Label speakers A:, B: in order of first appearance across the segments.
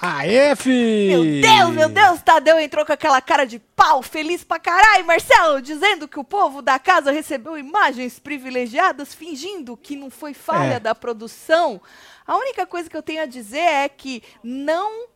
A: Aê, fi!
B: Meu Deus, meu Deus, Tadeu entrou com aquela cara de pau, feliz pra caralho, Marcelo, dizendo que o povo da casa recebeu imagens privilegiadas, fingindo que não foi falha
A: É.
B: da produção. A única coisa que eu tenho a dizer é que não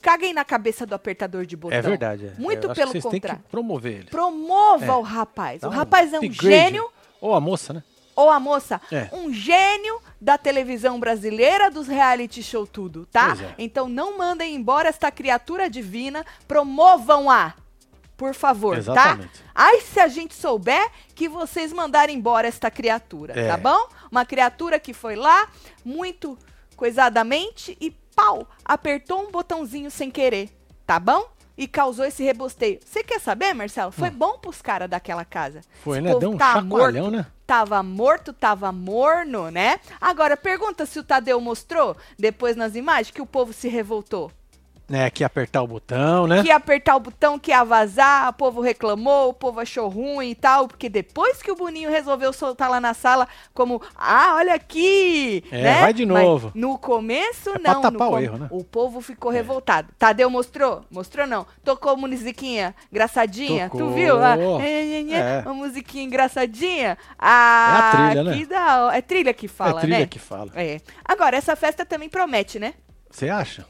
B: caguem na cabeça do apertador de botão.
C: É verdade. é.
B: Muito
C: Eu acho que
B: pelo
C: vocês
B: contrário.
C: têm que promover ele.
B: Promova
C: É.
B: o rapaz.
C: Dá
B: o rapaz é um
C: upgrade.
B: gênio,
C: Ou a moça, né?
B: ou a moça,
C: É.
B: um gênio da televisão brasileira, dos reality show tudo, tá?
C: Pois é.
B: Então não mandem embora esta criatura divina, promovam-a, por favor,
C: Exatamente.
B: tá? Ai, se a gente souber que vocês mandarem embora esta criatura,
C: É.
B: tá bom? Uma criatura que foi lá, muito coisadamente, e pau, apertou um botãozinho sem querer, tá bom? E causou esse rebosteio. Você quer saber, Marcelo? Foi bom pros caras daquela casa.
C: Hum. Foi,
B: Esse
C: né?
B: povo
C: Deu um
B: tá
C: chacoalhão, né?
B: Tava morto, tava morno, né? Agora, pergunta se o Tadeu mostrou, depois nas imagens, que o povo se revoltou.
C: É, que apertar o botão, né?
B: Que ia apertar o botão, que ia vazar, o povo reclamou, o povo achou ruim e tal, porque depois que o Boninho resolveu soltar lá na sala, como, ah, olha aqui!
C: É,
B: né?
C: vai de
B: Mas
C: novo.
B: no começo,
C: É pra
B: não.
C: tapar
B: no
C: o erro, né?
B: o povo ficou revoltado. Tadeu mostrou? Mostrou não. Tocou uma musiquinha engraçadinha, tu
C: Tocou.
B: viu? Ah, lá?
C: É.
B: Uma musiquinha engraçadinha. Ah,
C: É a trilha, né?
B: que da hora. É trilha que fala,
C: é trilha
B: né?
C: que fala.
B: É. Agora, essa festa também promete, né?
C: Você acha?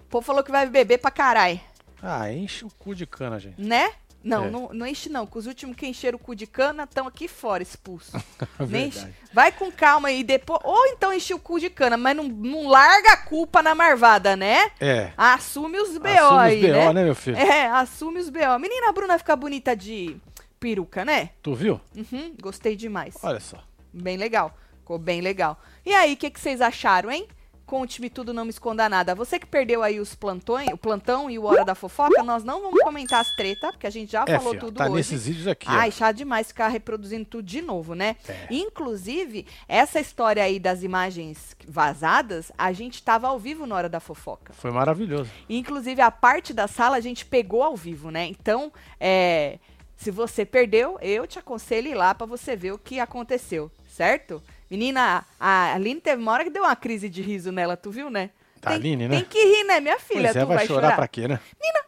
B: O povo falou que vai beber pra caralho,
C: Ah, enche o cu de cana, gente.
B: né? Não,
C: É.
B: não, não enche não, que os últimos que encheram o cu de cana estão aqui fora, expulsos. Nem enche.
C: Verdade.
B: Vai com calma e depois... Ou então enche o cu de cana, mas não, não larga a culpa na marvada, né?
C: É.
B: Assume os BO
C: Assume
B: aí,
C: os BO,
B: né?
C: né? meu filho?
B: É, assume os BO. Menina, a Bruna fica bonita de peruca, né?
C: Tu viu?
B: Uhum, gostei demais.
C: Olha só.
B: Bem legal. Ficou bem legal. E aí, o que, que vocês acharam, hein? Conte-me tudo, não me esconda nada. Você que perdeu aí os plantões, o plantão e o Hora da Fofoca, nós não vamos comentar as treta, porque a gente já
C: é,
B: falou
C: filho,
B: tudo
C: tá
B: hoje.
C: nesses vídeos aqui. ó.
B: Ai, chato demais ficar reproduzindo tudo de novo, né?
C: É.
B: Inclusive, essa história aí das imagens vazadas, a gente tava ao vivo na Hora da Fofoca.
C: Foi maravilhoso.
B: Inclusive, a parte da sala a gente pegou ao vivo, né? Então, é, se você perdeu, eu te aconselho ir lá pra você ver o que aconteceu, certo? Menina, a Aline teve uma hora que deu uma crise de riso nela, tu viu, né?
C: Da
B: tem,
C: Aline, né?
B: Tem que rir, né, minha filha?
C: pois é,
B: tu
C: vai, chorar, pra quê, né?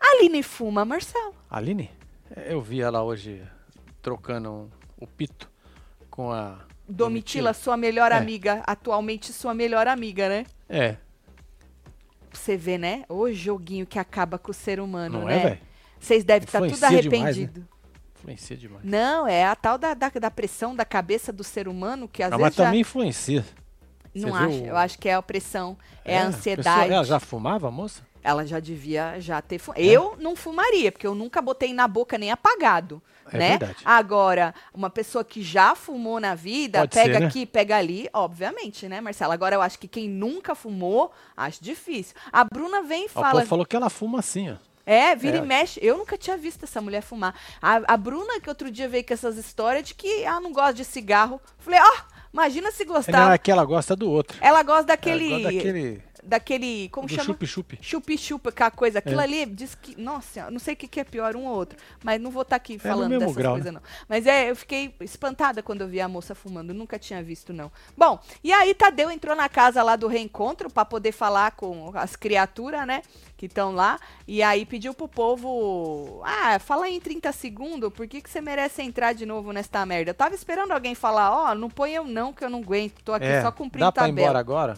B: A Aline fuma, Marcelo.
C: Aline? É, Eu vi ela hoje trocando um- o pito com a.
B: Domitila, sua melhor
C: É.
B: amiga, atualmente sua melhor amiga, né?
C: É.
B: Pra você ver, né? O joguinho que acaba com o ser humano,
C: Não
B: né?
C: é, velho?
B: Vocês devem estar tudo
C: Influencia demais, né?
B: arrependido.
C: Influencia demais.
B: Não, é a tal da, da, da pressão da cabeça do ser humano que às
C: Não, Ah, mas
B: vezes já...
C: também influencia.
B: Não
C: Você vê
B: acho.
C: o-
B: Eu acho que é a opressão, é, a
C: pessoa-
B: ansiedade.
C: ela
B: ela, já...
C: já fumava, a moça?
B: devia já ter
C: É.
B: fumado. Eu não fumaria, porque eu nunca botei na boca nem apagado.
C: É
B: né?
C: verdade.
B: Agora, uma pessoa que já fumou na vida,
C: Pode
B: pega
C: ser, né?
B: aqui, pega ali, obviamente, né, Marcela? Agora eu acho que quem nunca fumou, acho difícil. A Bruna vem e
C: Ó, O
B: fala.
C: povo falou que ela fuma assim, ó.
B: É, vira
C: É.
B: e mexe. Eu nunca tinha visto essa mulher fumar. A, a Bruna, que outro dia veio com essas histórias de que ela não gosta de cigarro. Falei, ó, imagina se
C: Não,
B: gostar.
C: é que ela gosta do outro.
B: Ela gosta
C: Ela
B: daquele.
C: gosta daquele.
B: daquele- Como
C: do
B: chama?
C: chup-chup.
B: Chup-chupa, aquela coisa. Aquilo
C: É.
B: ali diz que. Nossa, senhora, não sei o que, que é pior, um ou outro. Mas não vou estar aqui falando
C: É mesmo
B: dessas
C: grau, né?
B: coisas, não. Mas é, eu fiquei espantada quando eu vi a moça fumando. Nunca tinha visto, não. Bom, e aí Tadeu entrou na casa lá do reencontro pra poder falar com as criaturas, né? Que estão lá. E aí pediu pro povo. Ah, fala aí em 30 segundos, por que, que você merece entrar de novo nesta merda? Eu tava esperando alguém falar, ó, não põe eu não, que eu não aguento. Tô aqui
C: É,
B: só cumprindo
C: dá pra ir
B: tabela.
C: embora agora?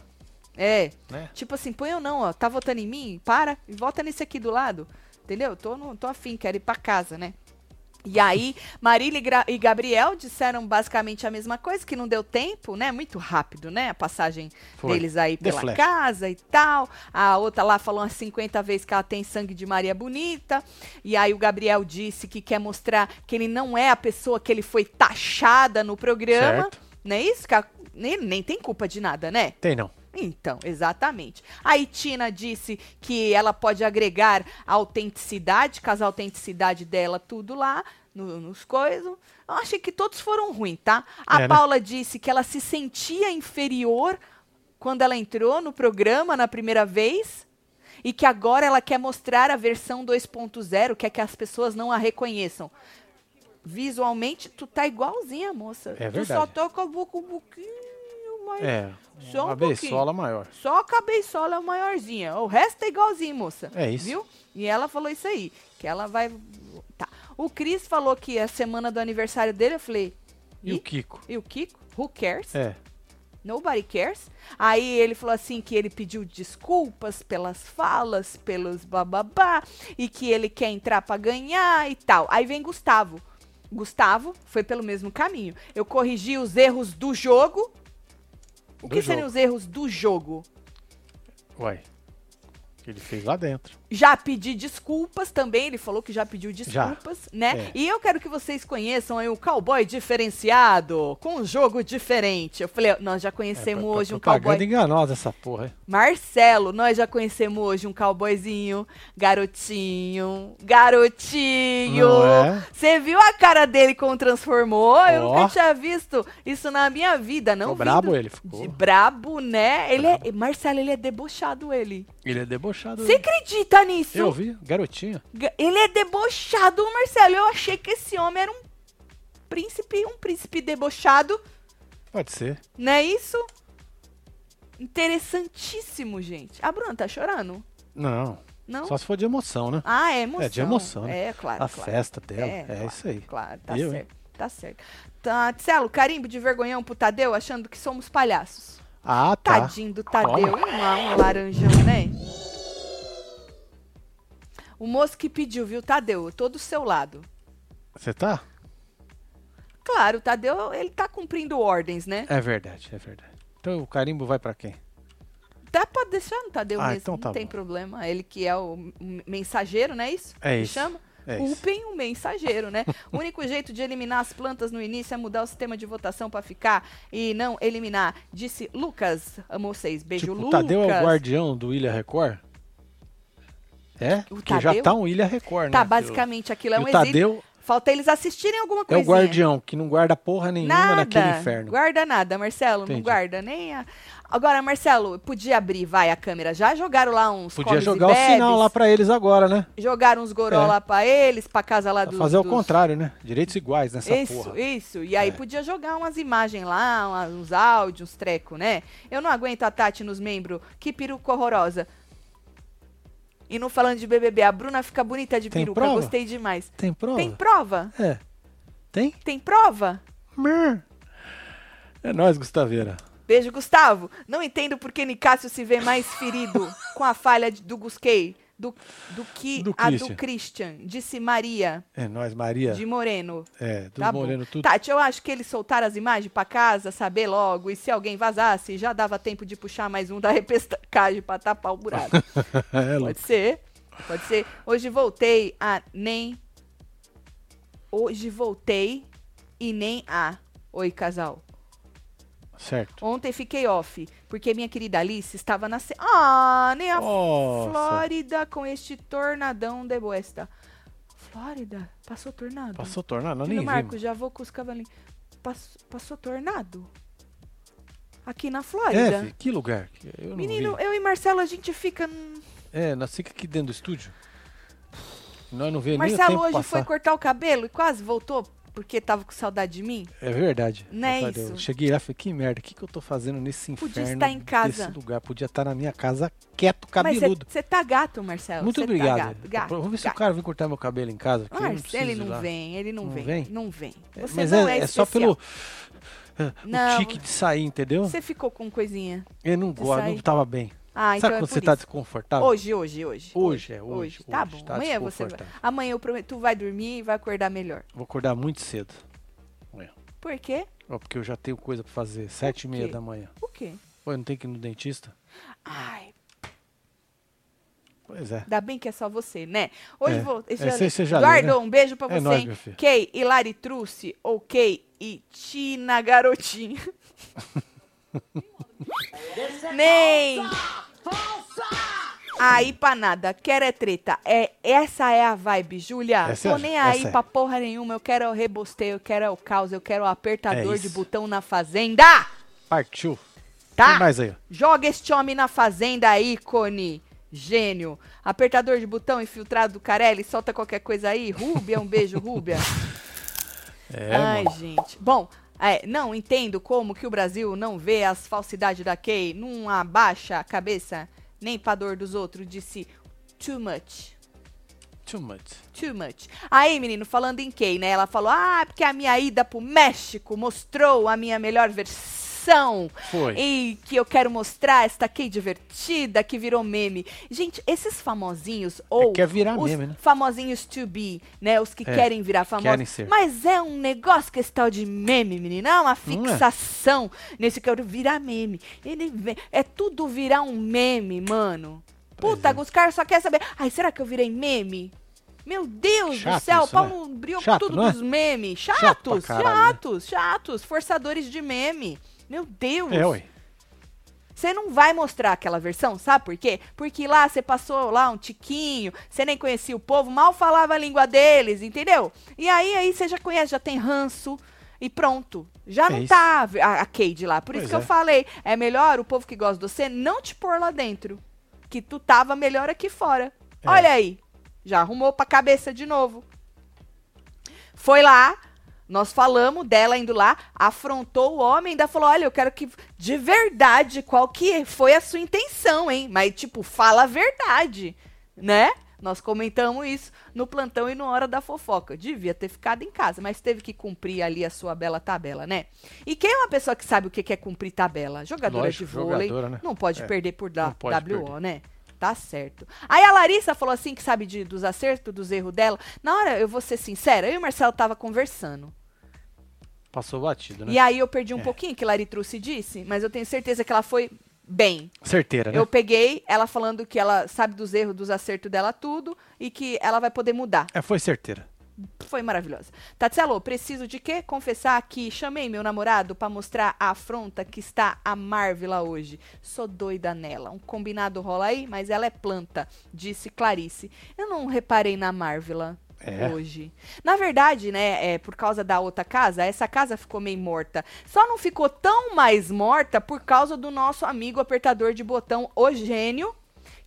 B: É.
C: Né?
B: Tipo assim, põe eu não, ó. Tá votando em mim? Para e vota nesse aqui do lado. Entendeu? Tô, no, tô afim, quero ir pra casa, né? E aí, Marília e, Gra- e Gabriel disseram basicamente a mesma coisa, que não deu tempo, né? Muito rápido, né? A passagem
C: Foi.
B: deles aí
C: The
B: pela
C: Flash.
B: casa e tal. A outra lá falou umas 50 vezes que ela tem sangue de Maria Bonita. E aí o Gabriel disse que quer mostrar que ele não é a pessoa que ele foi taxada no programa.
C: Certo.
B: Não é isso? Que a- nem, nem tem culpa de nada, né?
C: Tem não.
B: Então, exatamente. Aí Tina disse que ela pode agregar a autenticidade, caso a autenticidade dela, tudo lá, no- nos coisas. Eu achei que todos foram ruins, tá? A
C: É, né?
B: Paula disse que ela se sentia inferior quando ela entrou no programa na primeira vez e que agora ela quer mostrar a versão 2.0, que é que as pessoas não a reconheçam. Visualmente, tu tá igualzinha, moça.
C: É
B: tu só
C: verdade.
B: toca o buco um pouquinho mas
C: É,
B: só um
C: uma
B: pouquinho.
C: beisola maior.
B: Só a cabeçola é maiorzinha. O resto é igualzinho, moça.
C: É isso.
B: Viu? E ela falou isso aí, que ela vai. Tá. O Cris falou que é a semana do aniversário dele, eu falei.
C: E o Kiko?
B: E o Kiko? Who cares?
C: É,
B: Nobody cares. Aí ele falou assim que ele pediu desculpas pelas falas, pelos bababá, e que ele quer entrar pra ganhar e tal. Aí vem Gustavo. Gustavo foi pelo mesmo caminho. Eu corrigi os erros do jogo. O
C: Do
B: que seriam
C: jogo.
B: os erros do jogo?
C: uai. Que ele fez lá dentro.
B: já pedi desculpas também, ele falou que já pediu desculpas, né?
C: É.
B: E eu quero que vocês conheçam aí o cowboy diferenciado, com um jogo diferente. Eu falei, ó, nós já conhecemos
C: pra- pra
B: hoje um
C: É, propaganda
B: cowboy.
C: enganosa essa porra, hein?
B: Marcelo, nós já conhecemos hoje um cowboyzinho, garotinho, garotinho.
C: Não é?
B: Você viu a cara dele como transformou? Eu
C: Ó.
B: nunca tinha visto isso na minha vida, não
C: Ficou
B: vi
C: brabo
B: do-
C: ele, ficou.
B: De brabo, né? Ele é, Marcelo, ele é debochado, ele.
C: Ele é debochado.
B: Você acredita nisso?
C: Eu vi, garotinho.
B: Ga- Ele é debochado, Marcelo. Eu achei que esse homem era um príncipe, um príncipe debochado,
C: Pode ser.
B: não é isso? Interessantíssimo, gente. A Bruna tá chorando?
C: Não.
B: Não?
C: Só se for de emoção, né?
B: Ah, é emoção.
C: É, de emoção, né?
B: É, claro,
C: a
B: claro.
C: festa dela. É,
B: claro,
C: isso aí.
B: Claro, tá
C: Eu, hein?
B: certo. Tá certo. Tá, Tcelo, carimbo de vergonhão pro Tadeu, achando que somos palhaços.
C: Ah, tá.
B: Tadinho do Tadeu, hein? Um, um laranjão, né? O moço que pediu, viu, Tadeu? Eu Tô do seu lado.
C: Você tá?
B: Claro, o Tadeu, ele tá cumprindo ordens, né?
C: É verdade, é verdade. Então o carimbo vai pra quem?
B: Dá pra deixar no Tadeu
C: Ah,
B: mesmo,
C: então tá
B: não tem
C: bom.
B: problema. Ele que é o m- mensageiro, não é isso?
C: É
B: Que
C: isso,
B: chama?
C: é isso.
B: Culpem o mensageiro, né? o único jeito de eliminar as plantas no início é mudar o sistema de votação pra ficar e não eliminar. Disse Lucas. Amo vocês. Beijo,
C: tipo, o
B: Lucas.
C: Tadeu é o guardião do Ilha Record? É?
B: O
C: que já
B: Tadeu?
C: tá um Ilha Record,
B: Tá,
C: né?
B: basicamente aquilo é
C: E
B: um
C: o
B: exílio.
C: Tadeu
B: Falta eles assistirem alguma
C: é
B: coisa.
C: o guardião, que não guarda porra nenhuma
B: Nada.
C: naquele inferno.
B: Guarda nada, Marcelo. Não
C: Entendi.
B: guarda nem a... Agora, Marcelo, podia abrir, vai, a câmera. Já jogaram lá uns
C: Podia
B: comes e
C: jogar o sinal
B: bebes?
C: lá pra eles agora, né?
B: Jogaram uns goró
C: É.
B: lá pra eles, pra casa lá
C: Pra
B: dos...
C: fazer o
B: dos-
C: contrário, né? Direitos iguais nessa
B: isso,
C: porra.
B: isso. E aí
C: É.
B: podia jogar umas imagens lá, uma- uns áudios, uns treco, né? Eu não aguento a Tati nos membros. Que peruca horrorosa. E não falando de BBB, a Bruna fica bonita de
C: Tem
B: peruca.
C: prova?
B: Gostei demais.
C: Tem prova?
B: Tem prova?
C: É. Tem?
B: Tem prova?
C: Mer. É nóis, Gustaveira.
B: Beijo, Gustavo. Não entendo por que Nicásio se vê mais ferido com a falha de- do Gusquei do, do que
C: Do
B: a do
C: Christian.
B: Christian, disse Maria
C: É nóis, Maria.
B: de Moreno.
C: É, dos
B: Tá bom.
C: Moreno tudo.
B: Tati, eu acho que eles soltaram as imagens pra casa, saber logo, e se alguém vazasse, já dava tempo de puxar mais um da repescagem pra tapar o buraco.
C: é, louco.
B: Tá. pode ser, pode ser. Hoje voltei a nem... Hoje voltei e nem a... Oi, casal.
C: Certo.
B: Ontem fiquei off, porque minha querida Alice estava na... se- Ah, nem a
C: Nossa.
B: Flórida com este tornadão de boesta. Flórida? Passou tornado?
C: Passou tornado?
B: Filho
C: Nem
B: Marco,
C: vi.
B: já vou com os cavalinhos. Pass- passou tornado? Aqui na
C: mano. É,
B: Flórida.
C: fi, que lugar? que Eu não
B: Menino,
C: vi.
B: eu e Marcelo, a gente fica. num-
C: É, nós fica aqui dentro do estúdio. Nós não vê nem o
B: Marcelo
C: tempo
B: hoje foi
C: passar.
B: cortar o cabelo e quase voltou porque tava com saudade de mim.
C: É verdade.
B: Não é
C: Eu falei,
B: isso?
C: Eu cheguei lá e falei, que merda, o que, que eu tô fazendo nesse inferno?
B: Podia estar em casa.
C: Nesse lugar, podia estar na minha casa quieto, cabeludo.
B: Mas você tá gato, Marcelo.
C: Muito
B: cê tá
C: obrigado.
B: gato, gato,
C: Vamos ver se
B: gato.
C: o cara vem cortar meu cabelo em casa. porque eu
B: Marcelo, ele
C: preciso ir
B: não
C: lá.
B: vem, ele não,
C: Não
B: vem,
C: vem?
B: Não vem. Você
C: Mas
B: não é,
C: é, é só
B: especial.
C: pelo é,
B: Não.
C: o tique de sair, entendeu?
B: Você ficou com coisinha.
C: Eu não
B: de
C: gosto,
B: sair.
C: não tava bem.
B: Ah,
C: Sabe
B: então é
C: quando
B: por
C: você
B: isso.
C: tá desconfortável?
B: Hoje, hoje, hoje.
C: Hoje, é hoje.
B: Tá
C: hoje,
B: bom.
C: tá
B: amanhã você vai.
C: desconfortável.
B: Amanhã eu prometo, tu vai dormir e vai acordar melhor.
C: Vou acordar muito cedo. É.
B: Por quê?
C: Ó, porque eu já tenho coisa pra fazer. Sete e meia
B: quê?
C: da manhã.
B: O quê?
C: Pô, eu não tenho que ir no dentista?
B: Ai,
C: Pois é.
B: ainda bem que é só você, né? Hoje
C: É,
B: vou.
C: é,
B: Esse-
C: cê- cê já leu,
B: Eduardo,
C: né?
B: um beijo pra
C: É
B: você.
C: nóis,
B: hein?
C: meu filho.
B: Kay e Lari Truce, ou Kay e Tina Garotinho. Nem! Aí pra nada, quero é treta. É, essa é a vibe, Júlia.
C: Essa é
B: Tô
C: a-
B: nem
C: essa
B: aí
C: é.
B: pra porra nenhuma. Eu quero é o rebosteio, eu quero é o caos, eu quero o apertador
C: É
B: de
C: isso.
B: botão na fazenda.
C: Partiu.
B: Tá?
C: Tem mais aí, ó.
B: Joga este homem na fazenda, ícone. Gênio. Apertador de botão infiltrado do Carelli, solta qualquer coisa aí. Rúbia, um beijo, Rúbia.
C: É,
B: Ai,
C: mano.
B: gente. Bom, É, não entendo como que o Brasil não vê as falsidades da Kay, não abaixa a cabeça nem pra dor dos outros, disse too much.
C: Too much.
B: Too much. Aí, menino, falando em Kay, né? Ela falou: ah, porque a minha ida pro México mostrou a minha melhor versão.
C: Foi.
B: E que eu quero mostrar esta Kay divertida que virou meme. Gente, esses famosinhos, ou
C: É quer virar
B: os
C: meme, né?
B: famosinhos to be, né? Os que
C: É,
B: querem virar famosos.
C: querem ser.
B: Mas é um negócio que esse tal de meme, menina. É uma
C: Não é?
B: fixação nesse quero virar meme. Ele vem. É tudo virar um meme, mano.
C: Pois
B: Puta,
C: é.
B: os caras só querem saber. Ai, será que eu virei meme? Meu Deus do
C: Chato
B: céu,
C: isso,
B: Paulo briou com
C: Chato,
B: tudo
C: não é?
B: dos memes.
C: Chato
B: Chatos,
C: pra caralho, né?
B: chatos, chatos, forçadores de meme. Meu Deus.
C: É, ué.
B: Você não vai mostrar aquela versão, sabe por quê? Porque lá você passou lá um tiquinho, você nem conhecia o povo, mal falava a língua deles, entendeu? E aí aí você já conhece, já tem ranço e pronto. Já
C: É
B: não
C: isso.
B: tá a ve- a, a Cade lá. Por isso
C: Pois
B: que eu
C: é.
B: falei, é melhor o povo que gosta de você não te pôr lá dentro, que tu tava melhor aqui fora.
C: É.
B: Olha aí, já arrumou pra cabeça de novo. Foi lá, nós falamos dela indo lá, afrontou o homem, ainda falou: olha, eu quero que. De verdade, qual que foi a sua intenção, hein? Mas, tipo, fala a verdade, né? Nós comentamos isso no plantão e no Hora da Fofoca. Devia ter ficado em casa, mas teve que cumprir ali a sua bela tabela, né? E quem é uma pessoa que sabe o que que é cumprir tabela? Jogadora
C: Lógico,
B: de vôlei.
C: jogadora, né?
B: Não pode
C: É,
B: perder por da,
C: não pode
B: WO,
C: perder.
B: né? Tá certo. Aí a Larissa falou assim que sabe de- dos acertos, dos erros dela. Na hora, eu vou ser sincera, eu e o Marcelo tava conversando.
C: Passou batido, né?
B: E aí eu perdi um pouquinho que Lari Truce disse, mas eu tenho certeza que ela foi bem.
C: Certeira, né?
B: Eu peguei ela falando que ela sabe dos erros, dos acertos dela tudo e que ela vai poder mudar.
C: É, foi certeira.
B: Foi maravilhosa. Tati, alô, preciso de quê? Confessar que chamei meu namorado pra mostrar a afronta que está a Marvel lá hoje. Sou doida nela. Um combinado rola aí, mas ela é planta, disse Clarice. Eu não reparei na Marvel
C: É.
B: hoje. Na verdade, né, é, por causa da outra casa, essa casa ficou meio morta. Só não ficou tão mais morta por causa do nosso amigo apertador de botão, o gênio,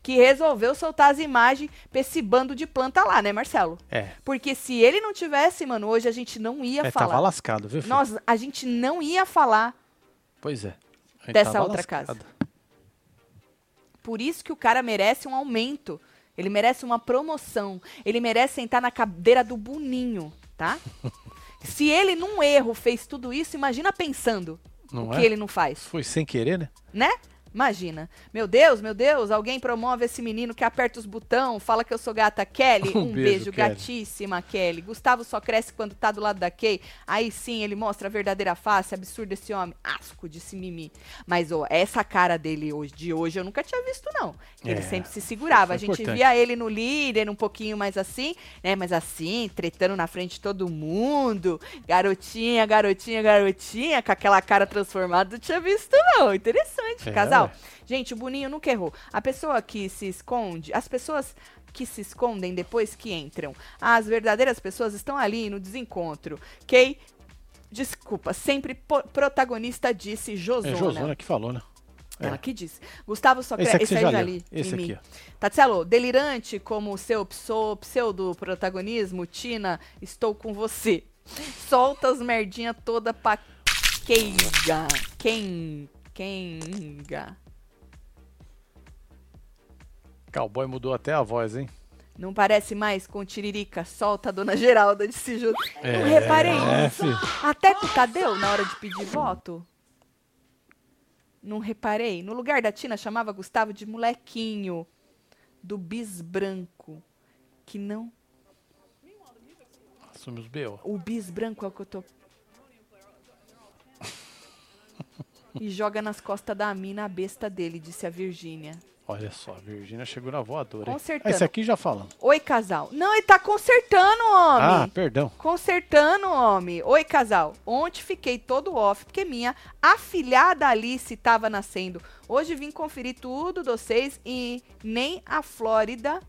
B: que resolveu soltar as imagens pra esse bando de planta lá, né, Marcelo?
C: É.
B: Porque se ele não tivesse, mano, hoje a gente não ia
C: é tava
B: falar.
C: lascado, viu? filho?
B: Nós, a gente não ia falar.
C: Pois é. A gente
B: Dessa
C: tava
B: outra
C: lascado.
B: Por isso que o cara merece um aumento. Ele merece uma promoção. Ele merece sentar na cadeira do Boninho, tá? se ele, num erro, fez tudo isso, imagina pensando
C: Não
B: o
C: é?
B: que ele não faz,
C: Foi sem querer, né?
B: né? Imagina. Meu Deus, meu Deus, alguém promove esse menino que aperta os botão, fala que eu sou gata Kelly. Um,
C: Um
B: beijo,
C: beijo, Kelly.
B: gatíssima Kelly. Gustavo só cresce quando tá do lado da Kay. Aí sim, ele mostra a verdadeira face, absurdo esse homem. Asco, disse Mimi. Mas, ó, essa cara dele hoje, de hoje eu nunca tinha visto, não. Ele
C: É,
B: sempre se segurava.
C: foi
B: A gente
C: importante.
B: via ele no líder, um pouquinho mais assim, né? Mas assim, tretando na frente de todo mundo. Garotinha, garotinha, garotinha, com aquela cara transformada, eu tinha visto, não. Interessante,
C: É,
B: casal.
C: ué.
B: Gente, o Boninho nunca errou. A pessoa que se esconde, as pessoas que se escondem depois que entram. As verdadeiras pessoas estão ali no desencontro. Kay, desculpa, sempre po- protagonista disse
C: É
B: Josona.
C: Josona que falou, né?
B: Ela
C: é.
B: que disse. Gustavo só
C: Esse
B: quer.
C: aqui
B: Esse
C: você
B: aí
C: já
B: já
C: leu.
B: li.
C: Esse
B: Mimi.
C: aqui, ó.
B: Tatselo, delirante como seu pso- pseudo-protagonismo, Tina, estou com você. Solta as merdinha toda pra Kenga. Ken. Kenga.
C: Cowboy mudou até a voz, hein?
B: Não parece mais com Tiririca, solta a dona Geralda de Sijudo. Não
C: É,
B: reparei
C: é,
B: nisso.
C: filho.
B: Até com o Tadeu, na hora de pedir voto. Não reparei. No lugar da Tina, chamava Gustavo de molequinho. Do bis branco. Que não.
C: Assume os B.O.
B: O bis branco é o que eu tô. E joga nas costas da mina a besta dele, disse a Virgínia.
C: Olha só, a Virgínia chegou na voadora. hein? Ah,
B: Consertando.
C: Esse aqui já falamos.
B: Oi, casal. Não, ele tá consertando, homem.
C: Ah, perdão.
B: Consertando, homem. Oi, casal. Ontem fiquei todo off porque minha afilhada Alice estava nascendo. Hoje vim conferir tudo de vocês e nem a Flórida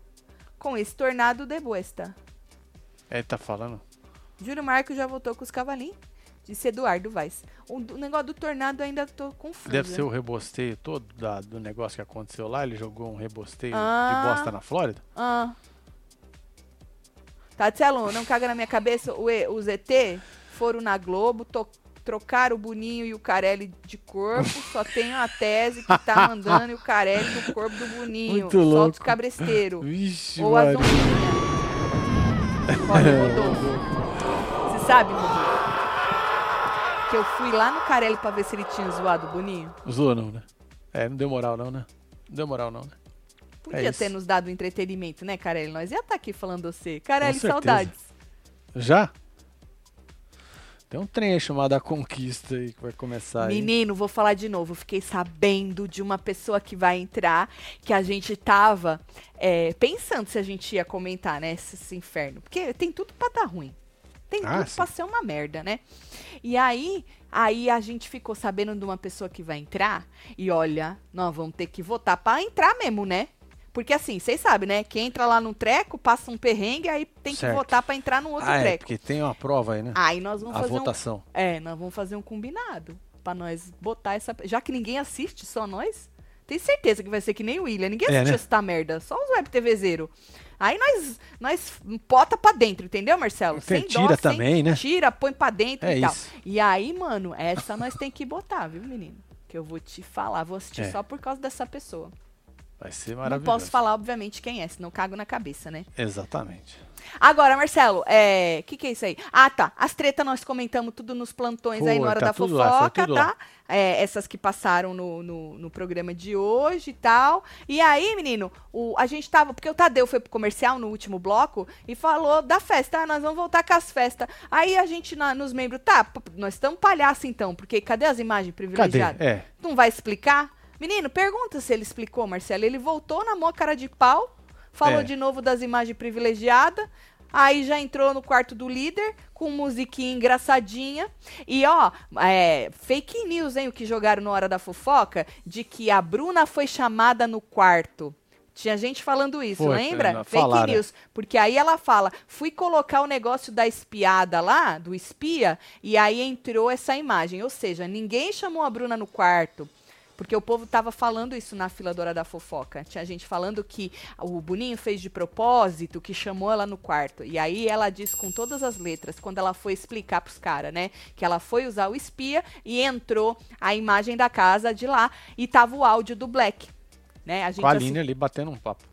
B: com esse tornado de bosta.
C: Ele tá falando.
B: Júlio Marco já voltou com os cavalinhos. Disse Eduardo Vaz. O do- negócio do tornado ainda tô confusa.
C: Deve ser o rebosteio todo da- do negócio que aconteceu lá. Ele jogou um rebosteio
B: Ah.
C: de bosta na Flórida.
B: Ah. Tá Tatielo, não caga na minha cabeça. o E- os ET foram na Globo, to- trocar o Boninho e o Carelli de corpo, só tenho a tese que tá mandando o Carelli do corpo do Boninho.
C: Muito
B: Solta
C: louco.
B: o cabresteiro.
C: Vixe,
B: Ou a
C: Maria.
B: Zonquinha. Olha, Rodolfo. Você sabe, Rodolfo, que eu fui lá no Carelli pra ver se ele tinha zoado o Boninho?
C: Zoou não, né? É, não deu moral não, né? Não deu moral não, né?
B: Podia
C: isso.
B: ter nos dado entretenimento, né, Carelli? Nós ia estar aqui falando você. Carelli,
C: Com certeza.
B: saudades.
C: Já? Tem um trem chamado A Conquista aí que vai começar aí.
B: Menino, vou falar de novo. Fiquei sabendo de uma pessoa que vai entrar, que a gente tava é, pensando se a gente ia comentar, né? Esse, esse inferno. Porque tem tudo pra dar ruim. Tem
C: Ah,
B: tudo
C: sim.
B: pra ser uma merda, né? E aí, aí a gente ficou sabendo de uma pessoa que vai entrar. E olha, nós vamos ter que votar pra entrar mesmo, né? Porque assim, vocês sabem, né? Quem entra lá num treco, passa um perrengue, aí tem
C: Certo.
B: que votar pra entrar num outro
C: ah, é,
B: treco.
C: porque tem uma prova aí, né?
B: Aí nós vamos
C: a
B: fazer um
C: votação.
B: é, nós vamos fazer um combinado pra nós botar essa. Já que ninguém assiste, só nós. Tem certeza que vai ser que nem o William. Ninguém
C: É,
B: assistiu
C: né?
B: essa merda. Só os web TV zero. Aí nós, nós bota pra dentro, entendeu, Marcelo?
C: Tem- tira também, né?
B: Tira, põe pra dentro
C: É
B: e tal.
C: isso.
B: E aí, mano, essa nós tem que botar, viu, menino? Que eu vou te falar. Vou assistir
C: É.
B: só por causa dessa pessoa.
C: Vai ser
B: Não
C: maravilhoso.
B: posso falar, obviamente, quem é, senão eu cago na cabeça, né?
C: Exatamente.
B: Agora, Marcelo, o é... que, que é isso aí? Ah, tá. As tretas nós comentamos tudo nos plantões aí na
C: Foi,
B: hora
C: tá
B: da
C: tudo lá, tá
B: fofoca,
C: tudo
B: tá? É, essas que passaram no, no, no programa de hoje e tal. E aí, menino, o, a gente tava. Porque o Tadeu foi pro comercial no último bloco e falou da festa. Ah, nós vamos voltar com as festas. Aí a gente na- nos membros, tá, p- nós estamos palhaço então, porque cadê as imagens
C: Cadê?
B: privilegiadas?
C: É.
B: Não vai explicar? Menino, pergunta se ele explicou, Marcelo. Ele voltou na mó cara de pau, falou
C: É.
B: de novo das imagens privilegiadas, aí já entrou no quarto do líder com musiquinha engraçadinha. E ó, é, fake news, hein, o que jogaram na hora da fofoca, de que a Bruna foi chamada no quarto. Tinha gente falando isso,
C: Foi,
B: lembra?
C: Fernanda,
B: Fake
C: falaram.
B: news. Porque aí ela fala, fui colocar o negócio da espiada lá, do espia, e aí entrou essa imagem. Ou seja, ninguém chamou a Bruna no quarto. Porque o povo tava falando isso na fila do Hora da fofoca. Tinha gente falando que o Boninho fez de propósito, que chamou ela no quarto. E aí ela diz com todas as letras, quando ela foi explicar pros caras, né? Que ela foi usar o espia e entrou a imagem da casa de lá e tava o áudio do Black. Né? A gente
C: Com a
B: assi-
C: Aline ali batendo um papo.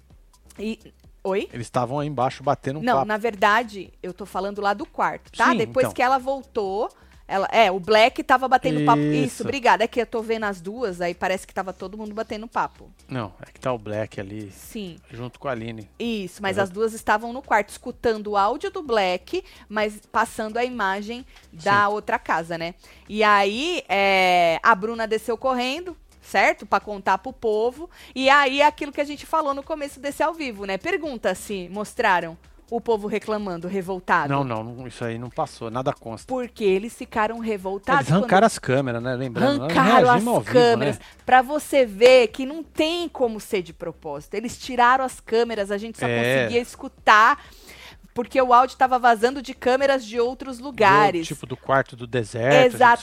B: e- Oi?
C: Eles estavam aí embaixo batendo um
B: Não,
C: papo.
B: na verdade, eu tô falando lá do quarto, tá?
C: Sim,
B: Depois
C: então.
B: que ela voltou. Ela, é, o Black tava batendo papo. Isso,
C: Isso.
B: obrigada. É que eu tô vendo as duas, aí parece que tava todo mundo batendo papo.
C: Não, é que tá o Black ali
B: Sim.
C: junto com a Aline.
B: Isso, mas
C: Uhum.
B: as duas estavam no quarto escutando o áudio do Black, mas passando a imagem da outra casa, né? E aí é, a Bruna desceu correndo, certo? Pra contar pro povo. E aí é aquilo que a gente falou no começo desse ao vivo, né? Pergunta se mostraram o povo reclamando, revoltado.
C: Não, não, não, isso aí não passou, nada consta.
B: Porque eles ficaram revoltados.
C: Eles arrancaram as câmeras, né? Lembrando, nós
B: Tá, Arrancaram as
C: reagimos ao vivo,
B: câmeras
C: né?
B: pra você ver que não tem como ser de propósito. Eles tiraram as câmeras, a gente só
C: É.
B: conseguia escutar porque o áudio tava vazando de câmeras de outros lugares.
C: Do, tipo do quarto do deserto. a gente escutava,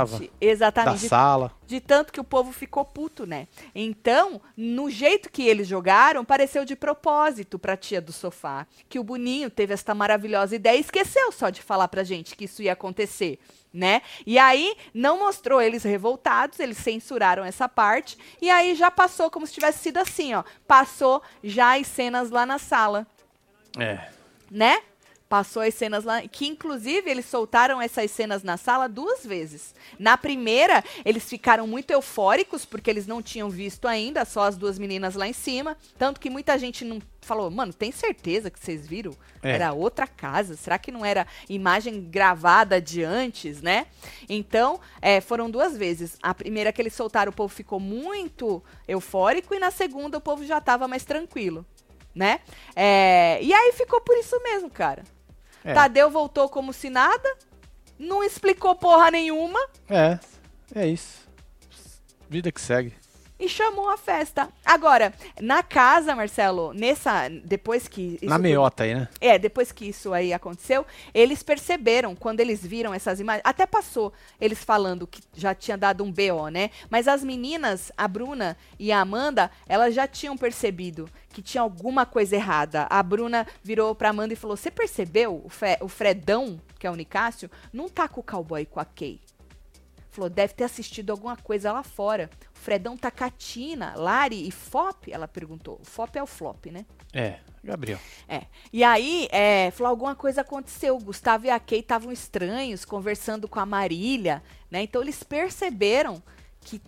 B: exatamente,
C: Da
B: exatamente.
C: sala.
B: De tanto que o povo ficou puto, né? Então, no jeito que eles jogaram, pareceu de propósito pra tia do sofá. Que o Boninho teve esta maravilhosa ideia e esqueceu só de falar pra gente que isso ia acontecer, né? E aí, não mostrou eles revoltados, eles censuraram essa parte. E aí já passou como se tivesse sido assim, ó. Passou já as cenas lá na sala
C: É.
B: né? Passou as cenas lá, que inclusive eles soltaram essas cenas na sala duas vezes. Na primeira, eles ficaram muito eufóricos porque eles não tinham visto ainda, só as duas meninas lá em cima, tanto que muita gente não falou: "Mano, tem certeza que vocês viram?
C: É.
B: Era outra casa? Será que não era imagem gravada de antes, né?" Então, é, foram duas vezes. A primeira que eles soltaram, o povo ficou muito eufórico e na segunda o povo já tava mais tranquilo né? É, e aí ficou por isso mesmo, cara.
C: É.
B: Tadeu voltou como se nada, não explicou porra nenhuma
C: É. É isso. Vida que segue.
B: e chamou a festa. Agora, na casa, Marcelo, nessa depois que isso
C: Na
B: tudo-
C: meiota aí, né?
B: É, depois que isso aí aconteceu, eles perceberam, quando eles viram essas imagens, até passou eles falando que já tinha dado um BO, né? Mas as meninas, a Bruna e a Amanda, elas já tinham percebido que tinha alguma coisa errada. A Bruna virou pra Amanda e falou: Você percebeu? O, Fe- o Fredão, que é o Nicásio, não tá com o cowboy e com a Kay. Falou, deve ter assistido alguma coisa lá fora. O Fredão tá catina, Lari e Fop? Ela perguntou. O Fop é o flop, né?
C: É, Gabriel.
B: É. E aí, é, falou, alguma coisa aconteceu. O Gustavo e a Kay estavam estranhos, conversando com a Marília, né? Então eles perceberam que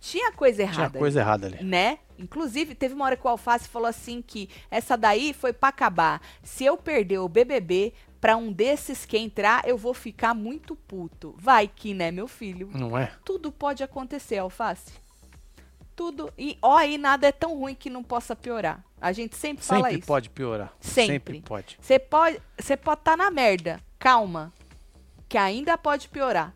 B: tinha coisa errada.
C: Tinha coisa errada ali.
B: Né? Inclusive, teve uma hora que o Alface falou assim que essa daí foi pra acabar. Se eu perder o BBB pra um desses que entrar, eu vou ficar muito puto. Vai que, né, meu filho?
C: Não é?
B: Tudo pode acontecer, Alface. Tudo. E ó, aí nada é tão ruim que não possa piorar. A gente sempre, fala
C: Sempre
B: isso.
C: pode piorar.
B: Sempre.
C: pode.
B: Você pode estar pode tá na merda. Calma. Que ainda pode piorar.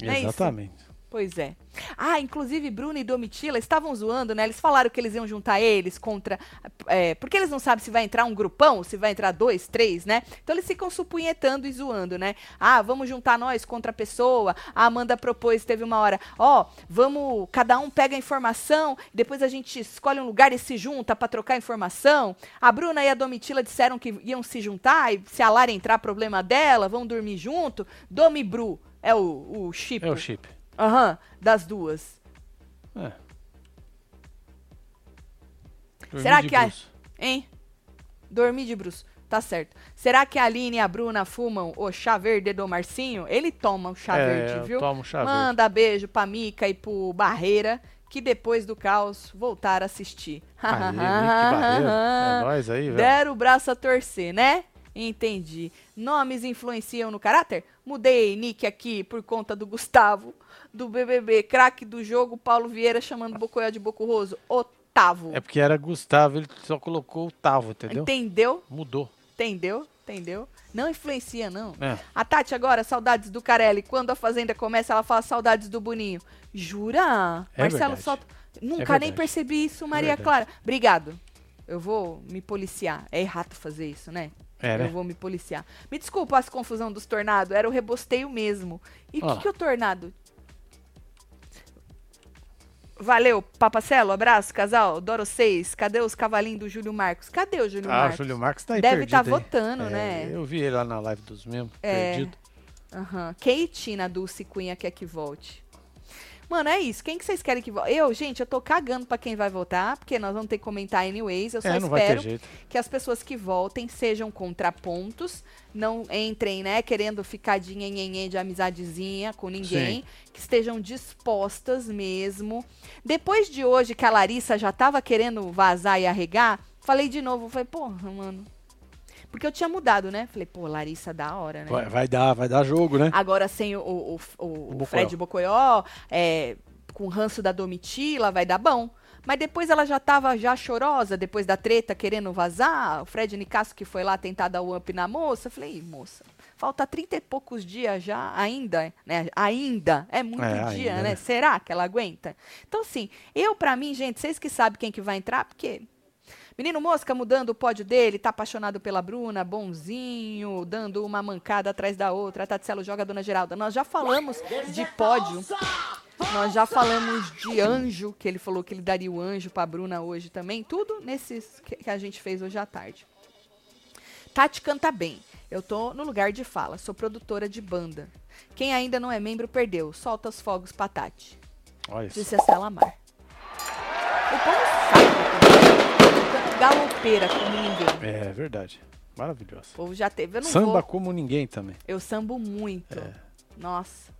B: Não é isso?
C: Exatamente.
B: Pois é. Ah, inclusive Bruno e Domitila estavam zoando, né? Eles falaram que eles iam juntar eles contra. é, porque eles não sabem se vai entrar um grupão, se vai entrar dois, três, né? Então eles ficam supunhetando e zoando, né? Ah, vamos juntar nós contra a pessoa. A Amanda propôs, teve uma hora, ó, vamos. Cada um pega a informação, depois a gente escolhe um lugar e se junta pra trocar informação. A Bruna e a Domitila disseram que iam se juntar, e se a Lara entrar, problema dela, vão dormir junto. Domi e Bru é o, o chip.
C: É o chip.
B: Aham, das duas.
C: É. Dormir
B: Será
C: de
B: que a-
C: bruço.
B: Hein? Dormir de bruxo. Tá certo. Será que a Aline e a Bruna fumam o chá verde do Marcinho? Ele toma o chá
C: é,
B: verde, viu?
C: Toma um chá verde.
B: Manda beijo pra Mica e pro Barreira, que depois do caos voltaram a assistir.
C: Aí, Nick Barreiro. É nóis aí, velho.
B: Deram o braço a torcer, né? Entendi. Nomes influenciam no caráter? Mudei nick aqui por conta do Gustavo, do BBB, craque do jogo, Paulo Vieira chamando Bocoyó de Bocurroso, Otavo.
C: É porque era Gustavo, ele só colocou o Tavo, entendeu?
B: Entendeu?
C: Mudou.
B: Entendeu? Entendeu? Não influencia, não.
C: É.
B: A Tati agora, saudades do Carelli. Quando a Fazenda começa, ela fala saudades do Boninho. Jura?
C: É
B: Marcelo
C: verdade.
B: solta. Nunca
C: verdade. É
B: nem percebi isso, Maria
C: verdade.
B: Clara. Obrigado. Eu vou me policiar. É errado fazer isso, né?
C: É,
B: Eu
C: né?
B: vou me policiar. Me desculpa as confusão dos tornados. Era o rebosteio mesmo. E o
C: Ó
B: que,
C: lá.
B: que é o tornado? Valeu, Papacelo. Abraço, casal. Doro 6. Cadê os cavalinhos do Júlio Marcos? Cadê o Júlio
C: Ah, o
B: Marcos?
C: Júlio Marques tá aí
B: Deve
C: estar
B: tá votando, né?
C: Eu vi ele lá na live dos membros,
B: É.
C: perdido.
B: Aham. Kate na Dulce Cunha quer que volte. Mano, é isso. Quem que vocês querem que volte? Eu, gente, eu tô cagando pra quem vai votar, porque nós vamos ter que comentar anyways. Eu só
C: é, não vai ter
B: espero
C: jeito.
B: que as pessoas que voltem sejam contrapontos, não entrem, né, querendo ficar de nhenhenhê de amizadezinha com ninguém, que estejam dispostas mesmo. Depois de hoje que a Larissa já tava querendo vazar e arregar, falei de novo, falei, porra, mano. Porque eu tinha mudado, né? Falei, pô, Larissa, da hora, né?
C: Vai, vai dar, vai dar jogo, né?
B: Agora sem o, o, o- o
C: Bocoió.
B: Fred Bocoió, é, com o ranço da Domitila, vai dar bom. Mas depois ela já tava já chorosa, depois da treta, querendo vazar. O Fred Nicasso que foi lá tentar dar o up na moça. Eu Falei, "Ih, moça, falta 30 e poucos dias já, ainda, né? Ainda, é muito
C: É,
B: dia,
C: ainda,
B: né?
C: né?
B: Será que ela aguenta? Então, assim, eu pra mim, gente, vocês que sabem quem que vai entrar, porque Menino Mosca mudando o pódio dele, tá apaixonado pela Bruna, bonzinho, dando uma mancada atrás da outra. A Tatselo joga a Dona Geralda. Nós já falamos de pódio. Nós já falamos de anjo, que ele falou que ele daria o anjo pra Bruna hoje também. Tudo nesses que que a gente fez hoje à tarde. Tati canta bem. Eu tô no lugar de fala, sou produtora de banda. Quem ainda não é membro perdeu. Solta os fogos pra Tati. Ah,
C: Olha isso.
B: Disse a Selamar. O povo sabe. Galopeira como ninguém.
C: É verdade. Maravilhosa.
B: O povo já teve. Eu não
C: Samba
B: vou.
C: como ninguém também.
B: Eu sambo muito.
C: É.
B: Nossa.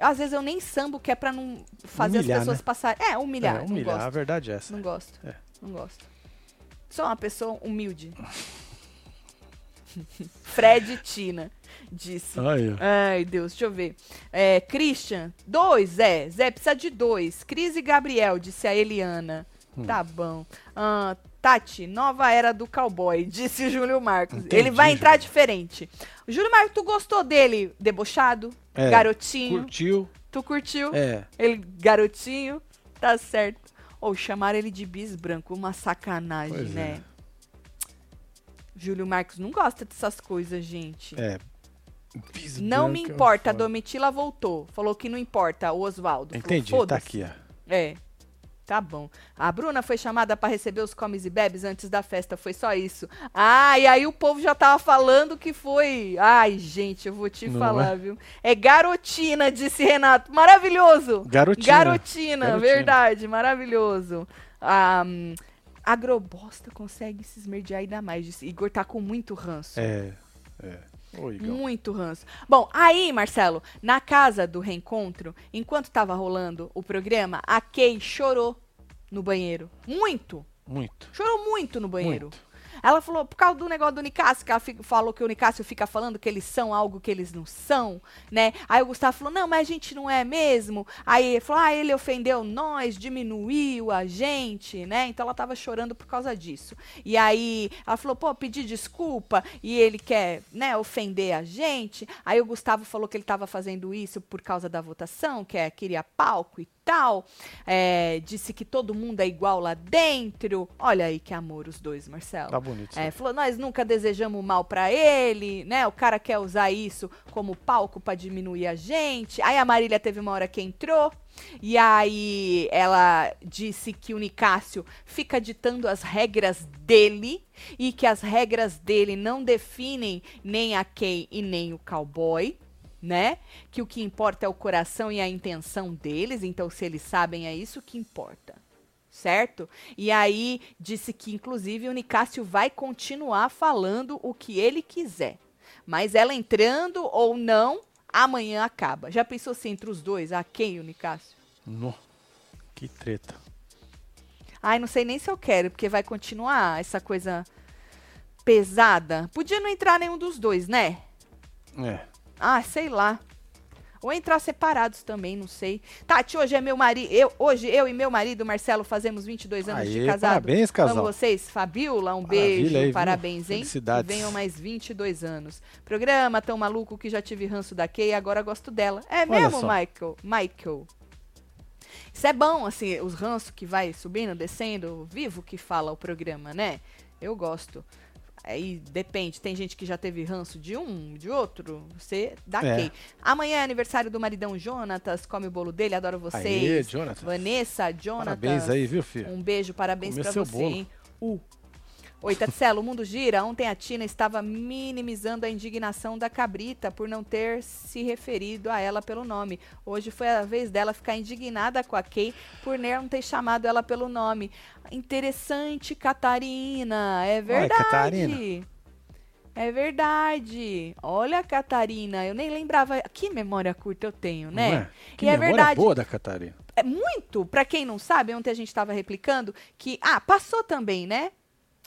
B: Às vezes eu nem sambo que é pra não fazer
C: Humilhar,
B: as pessoas
C: né?
B: passarem. É, humilhar.
C: é,
B: eu
C: humilhar,
B: Não
C: a
B: gosto.
C: verdade é essa.
B: Não gosto.
C: É.
B: Não gosto. Sou uma pessoa humilde. Fred Tina disse.
C: Aí, ó.
B: Ai, Deus, deixa eu ver. É, Christian, dois, Zé. Zé precisa de dois. Cris e Gabriel, disse a Eliana.
C: Hum.
B: Tá bom. Ah, Tati, nova era do cowboy, disse o Júlio Marcos.
C: Entendi,
B: Ele vai entrar
C: Júlio.
B: diferente. O Júlio Marcos, tu gostou dele? Debochado?
C: É,
B: garotinho?
C: Curtiu?
B: Tu curtiu?
C: É.
B: Ele, garotinho? Tá certo. Ou chamaram ele de bis branco, uma sacanagem,
C: Pois é.
B: né? Júlio Marcos não gosta dessas coisas, gente.
C: É. Bis
B: Não me
C: branca,
B: importa, a
C: é um foda.
B: Domitila voltou. Falou que não importa, o Oswaldo. Falou,
C: Entendi, tá
B: "Foda-se".
C: aqui, ó.
B: É. Tá bom. A Bruna foi chamada para receber os comes e bebes antes da festa, foi só isso. Ah, e aí o povo já tava falando que foi. Ai, gente, eu vou te
C: Não
B: falar,
C: é?
B: viu? É garotina, disse Renato. Maravilhoso!
C: Garotina.
B: Garotina,
C: Garotina.
B: verdade, maravilhoso. Ah, hum, agrobosta consegue se esmerdear ainda mais, disse Igor tá com muito ranço.
C: É, é. Ô, Igão.
B: Muito ranço. Bom, aí, Marcelo, na casa do reencontro, enquanto tava rolando o programa, a Kay chorou no banheiro. Muito!
C: Muito.
B: Chorou muito no banheiro.
C: Muito.
B: Ela falou, por causa do negócio do Nicásio, que ela fi- falou que o Nicásio fica falando que eles são algo que eles não são, né? Aí o Gustavo falou, não, mas a gente não é mesmo. Aí ele falou, ah, ele ofendeu nós, diminuiu a gente, né? Então ela tava chorando por causa disso. E aí ela falou, pô, pedi desculpa e ele quer, né, ofender a gente. Aí o Gustavo falou que ele tava fazendo isso por causa da votação, que é, queria palco e tal. É, disse que todo mundo é igual lá dentro. Olha aí que amor os dois, Marcelo.
C: Tá bonito. isso
B: É,
C: aí.
B: falou, nós nunca desejamos mal pra ele, né? O cara quer usar isso como palco pra diminuir a gente. Aí a Marília teve uma hora que entrou e aí ela disse que o Nicásio fica ditando as regras dele e que as regras dele não definem nem a Kay e nem o cowboy. Né? Que o que importa é o coração e a intenção deles, então se eles sabem é isso que importa certo? E aí disse que, inclusive, o Nicásio vai continuar falando o que ele quiser. Mas ela entrando ou não, amanhã acaba. Já pensou se entre os dois, a quem e o Nicásio?
C: No. Que treta.
B: Ai, não sei nem se eu quero, porque vai continuar essa coisa pesada. Podia não entrar nenhum dos dois, né?
C: É.
B: Ah, sei lá. Ou entrar separados também, não sei. Tati, hoje é meu marido. Eu, hoje eu e meu marido, Marcelo, fazemos 22 anos de
C: Aê,
B: casado.
C: parabéns, casal.
B: Amo vocês. Fabiola, um
C: Maravilha
B: beijo.
C: aí, viu?
B: parabéns, hein? Que
C: Felicidades.
B: venham mais 22 anos. Programa tão maluco que já tive ranço da Kay e agora gosto dela. É
C: Olha
B: mesmo,
C: só.
B: Michael? Michael. Isso é bom, assim, os ranços que vai subindo, descendo, vivo que fala o programa, né? Eu gosto. Aí depende, tem gente que já teve ranço de um, de outro, você dá
C: É.
B: quem. Amanhã é aniversário do maridão Jonatas, come o bolo dele, adoro vocês.
C: Aê, Jonathan.
B: Vanessa, Jonatas.
C: Parabéns aí, viu, filho?
B: Um beijo, parabéns
C: Comeu
B: pra
C: seu
B: você,
C: bolo.
B: hein? Uh. Oi, Tatselo, o mundo gira. Ontem a Tina estava minimizando a indignação da cabrita por não ter se referido a ela pelo nome. Hoje foi a vez dela ficar indignada com a Kay por não ter chamado ela pelo nome. Interessante, Catarina. É verdade.
C: Catarina.
B: É verdade. Olha, Catarina, eu nem lembrava. Que memória curta eu tenho, né?
C: Não é? Que
B: e é
C: memória
B: verdade,
C: boa da Catarina.
B: é muito, pra quem não sabe, ontem a gente tava replicando que, ah, passou também, né?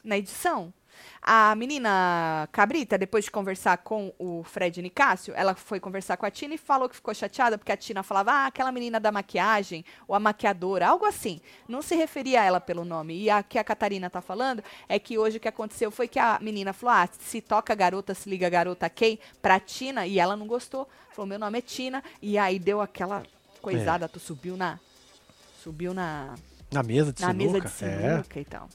B: Na edição. A menina Cabrita, depois de conversar com o Fred Nicásio, ela foi conversar com a Tina e falou que ficou chateada porque a Tina falava, ah, aquela menina da maquiagem, ou a maquiadora, algo assim. Não se referia a ela pelo nome. E a que a Catarina tá falando é que hoje o que aconteceu foi que a menina falou, ah, se toca garota, se liga garota, quem? Pra Tina, e ela não gostou. Falou, meu nome é Tina. E aí deu aquela coisada, tu subiu na. Subiu na,
C: Na mesa de
B: na
C: sinuca.
B: mesa de
C: é.
B: sinuca e tal.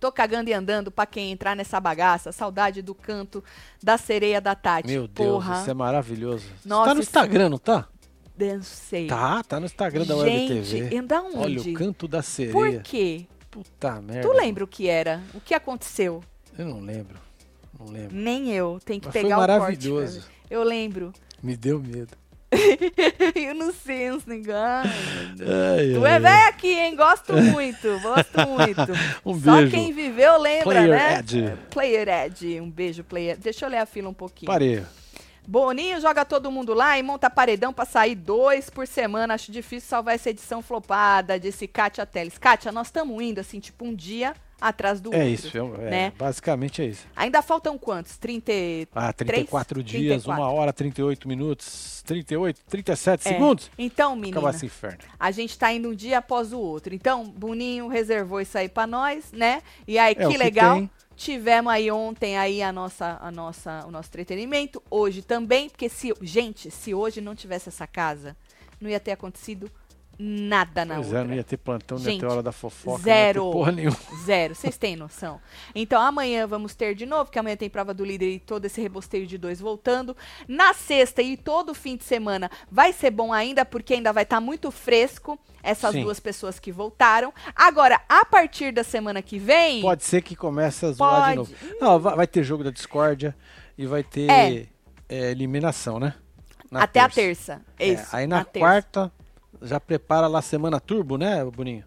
B: Tô cagando e andando pra quem entrar nessa bagaça. Saudade do canto da sereia da Tati.
C: Meu Deus,
B: Porra,
C: isso é maravilhoso. Isso
B: Nossa,
C: tá no
B: isso-
C: Instagram, não tá?
B: dancei.
C: Tá, tá no Instagram da
B: Gente,
C: WebTV.
B: anda
C: Olha, o
B: onde?
C: canto da
B: Por
C: sereia. É.
B: quê?
C: Puta merda.
B: Tu lembra o que era? O que aconteceu?
C: Eu não lembro. Não lembro.
B: Nem eu. Tem que
C: Mas foi
B: pegar o corte. pra
C: maravilhoso.
B: ver. Eu lembro.
C: Me deu medo.
B: eu não sei, uns negócios.
C: Ai,
B: Tu é
C: ai,
B: velho aqui, hein? Gosto muito, gosto muito.
C: Um
B: Só
C: beijo.
B: quem viveu lembra,
C: Player
B: né?
C: Ed.
B: Player Ed. Um beijo, Player. Deixa eu ler a fila um pouquinho.
C: Parei. É
B: Boninho joga todo mundo lá e monta paredão pra sair dois por semana. Acho difícil salvar essa edição flopada, disse Kátia Teles. Kátia, nós estamos indo assim, tipo um dia atrás do
C: É
B: outro.
C: isso. É, é,
B: né?
C: Basicamente é isso.
B: Ainda faltam quantos? 30 e...
C: Ah,
B: Três?
C: 34 dias, 1
B: 34.
C: hora, 38 minutos, 38, 37
B: É.
C: segundos.
B: Então, menina.
C: Acaba esse inferno.
B: A gente tá indo um dia após o outro. Então, Boninho reservou isso aí pra nós, né? E aí,
C: É o
B: que
C: que
B: legal.
C: tem.
B: Tivemos aí ontem aí a nossa, a nossa, o nosso entretenimento. Hoje também, porque se, gente, se hoje não tivesse essa casa, não ia ter acontecido nada na
C: Pois é,
B: outra.
C: não ia ter plantão, não ia
B: Gente,
C: ter hora da fofoca, não
B: zero.
C: ia ter porra nenhuma.
B: Zero, vocês têm noção. Então amanhã vamos ter de novo, que amanhã tem prova do líder e todo esse rebosteio de dois voltando. Na sexta e todo fim de semana vai ser bom ainda, porque ainda vai estar muito fresco essas
C: Sim.
B: duas pessoas que voltaram. Agora, a partir da semana que vem,
C: Pode ser que comece a zoar de
B: Pode.
C: novo. Não, vai, vai ter jogo da discórdia e vai ter
B: É.
C: é, eliminação, né? Na
B: até a terça.
C: É,
B: Isso,
C: aí na,
B: terça.
C: quarta já prepara lá a semana turbo, né, Boninho?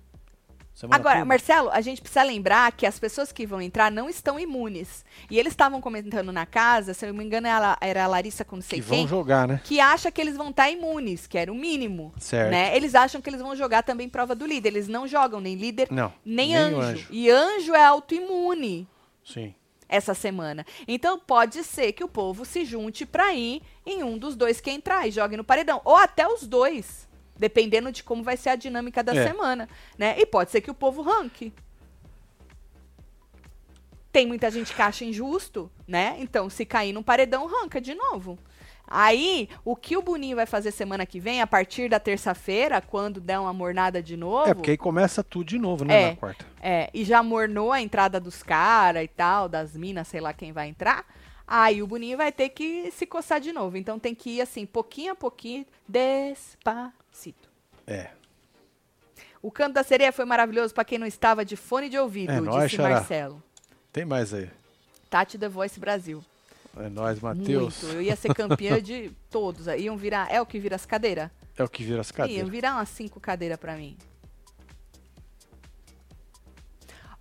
C: Semana
B: Agora,
C: turbo.
B: Marcelo, a gente precisa lembrar que as pessoas que vão entrar não estão imunes. E eles estavam comentando na casa, se eu não me engano, ela- era a Larissa com não sei
C: que
B: quem,
C: vão jogar, né?
B: que acha que eles vão estar imunes, que era o mínimo.
C: Certo.
B: né? Eles acham que eles vão jogar também prova do líder. Eles não jogam nem líder,
C: Não.
B: nem,
C: nem
B: anjo.
C: o
B: E anjo é autoimune
C: Sim.
B: essa semana. Então pode ser que o povo se junte pra ir em um dos dois que entrar e jogue no paredão. Ou até os dois. Dependendo de como vai ser a dinâmica da
C: É.
B: semana, né? E pode ser que o povo ranque. Tem muita gente que acha injusto, né? Então, se cair num paredão, ranca de novo. Aí, o que o Boninho vai fazer semana que vem, a partir da terça-feira, quando der uma mornada de novo.
C: É, porque aí começa tudo de novo, né,
B: É.
C: na quarta.
B: É, e já mornou a entrada dos caras e tal, das minas, sei lá quem vai entrar. Aí o Boninho vai ter que se coçar de novo. Então tem que ir assim, pouquinho a pouquinho, despacito.
C: É.
B: O canto da sereia foi maravilhoso pra quem não estava de fone de ouvido,
C: É
B: disse
C: nóis, xará.
B: Marcelo.
C: Tem mais aí.
B: Tati The Voice Brasil.
C: É nós, Matheus.
B: Muito. Eu ia ser campeã de todos. aí Iam virar. É o que vira as cadeiras?
C: É o que vira as
B: Iam
C: cadeiras.
B: virar umas cinco cadeiras pra mim.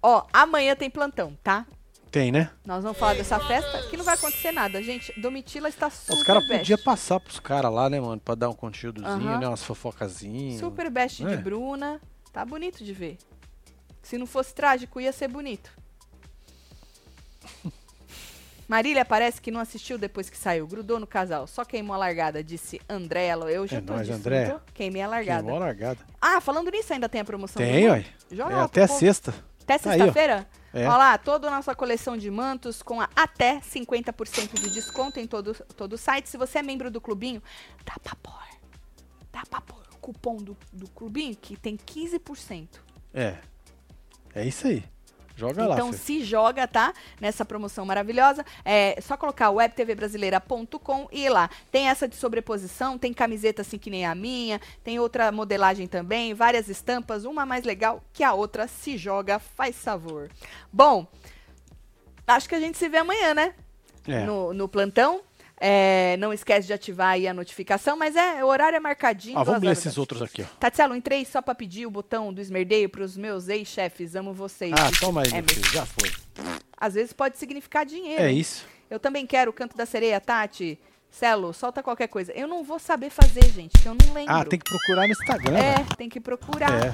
B: Ó, amanhã tem plantão, tá?
C: Tem, né?
B: Nós vamos falar dessa festa que não vai acontecer nada, gente. Domitila está super
C: Os caras
B: best.
C: podiam passar pros caras lá, né, mano? Pra dar um conteúdozinho,
B: Aham.
C: né? Umas fofocazinhas.
B: Super best
C: É.
B: de Bruna. Tá bonito de ver. Se não fosse trágico, ia ser bonito. Marília parece que não assistiu depois que saiu. Grudou no casal. Só queimou a largada, disse Andréa. Eu já
C: É
B: tô
C: nóis,
B: disso,
C: Andréa.
B: não tô? Queimei a largada.
C: Queimou a largada.
B: Ah, falando nisso, ainda tem a promoção. do
C: Tem,
B: grupo?
C: ó.
B: Joga
C: É
B: lá
C: até
B: pro povo.
C: sexta.
B: Até
C: Tá aí, ó.
B: sexta-feira?
C: É.
B: Olha lá, toda a nossa coleção de mantos com a- até 50% de desconto em todo, todo o site. Se você é membro do clubinho, dá pra pôr. Dá pra pôr o cupom do, do clubinho que tem 15%.
C: É. É isso aí. Joga lá,
B: então
C: Fê.
B: se joga, tá? Nessa promoção maravilhosa. É só colocar webtvbrasileira.com e ir lá. Tem essa de sobreposição, tem camiseta assim que nem a minha, tem outra modelagem também, várias estampas, uma mais legal que a outra. Se joga, faz favor. Bom, acho que a gente se vê amanhã, né?
C: É.
B: No, no plantão. É, não esquece de ativar aí a notificação, mas é, o horário é marcadinho.
C: Ah,
B: duas
C: vamos ler
B: horas
C: esses
B: da-
C: outros aqui, ó.
B: Tatielo, entrei só pra pedir o botão do esmerdeio pros meus ex-chefes. Amo vocês. É
C: Ah,
B: Disse
C: toma aí, meu
B: Emerson.
C: filho. Já foi.
B: Às vezes pode significar dinheiro.
C: É
B: hein?
C: isso.
B: Eu também quero o canto da sereia, Tati. Celo, solta qualquer coisa. Eu não vou saber fazer, gente, que eu não lembro.
C: Ah, tem que procurar no Instagram. velho.
B: É, tem que procurar.
C: É.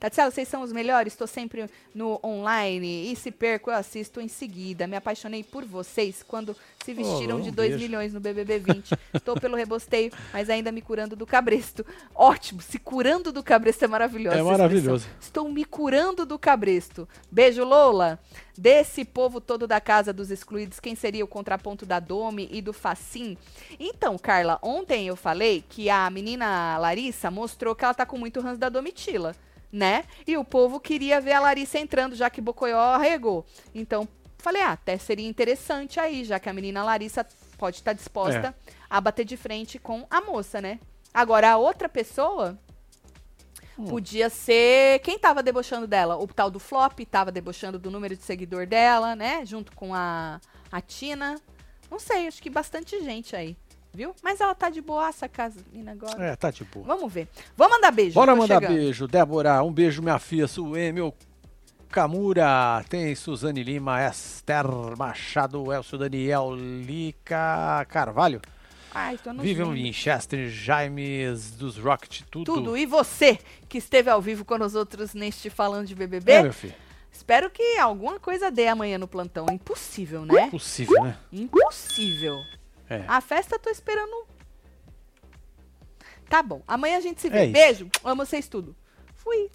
B: Tati, Celo, vocês são os melhores, estou sempre no online. E se perco, eu assisto em seguida. Me apaixonei por vocês quando se vestiram
C: um
B: de 2
C: beijo.
B: milhões no BBB 20. Estou pelo rebosteio, mas ainda me curando do cabresto. Ótimo, se curando do cabresto é maravilhoso.
C: É
B: essa
C: maravilhoso.
B: expressão. Estou me curando do cabresto. Beijo, Lola. Desse povo todo da casa dos excluídos, quem seria o contraponto da Domi e do Facim? Então, Carla, ontem eu falei que a menina Larissa mostrou que ela tá com muito ranço da Domitila, né? E o povo queria ver a Larissa entrando, já que Bocoió arregou. Então, falei, ah, até seria interessante aí, já que a menina Larissa pode estar disposta a bater de frente com a moça, né? Agora, a outra pessoa
C: Hum.
B: podia ser quem tava debochando dela. O tal do Flop tava debochando do número de seguidor dela, né? Junto com a, a Tina. Não sei, acho que bastante gente aí, viu? Mas ela tá de boaça, Casalina, agora.
C: É, tá de boa.
B: Vamos ver. Vamos mandar beijo.
C: Bora
B: tô
C: mandar
B: tá chegando.
C: beijo. Débora, um beijo, minha filha. Suê, meu Camura. Tem Suzane Lima, Esther Machado, Elcio Daniel, Lica Carvalho.
B: Ai, tô no
C: Vivian
B: fim.
C: Winchester, Jaimes dos Rocket, tudo.
B: Tudo. E você que esteve ao vivo com os outros neste Falando de BBB?
C: É, meu filho.
B: Espero que alguma coisa dê amanhã no plantão. Impossível, né?
C: Possível, né?
B: Impossível.
C: É.
B: A festa eu tô esperando. um- Tá bom. Amanhã a gente se vê.
C: É isso.
B: Beijo. Amo vocês tudo. Fui.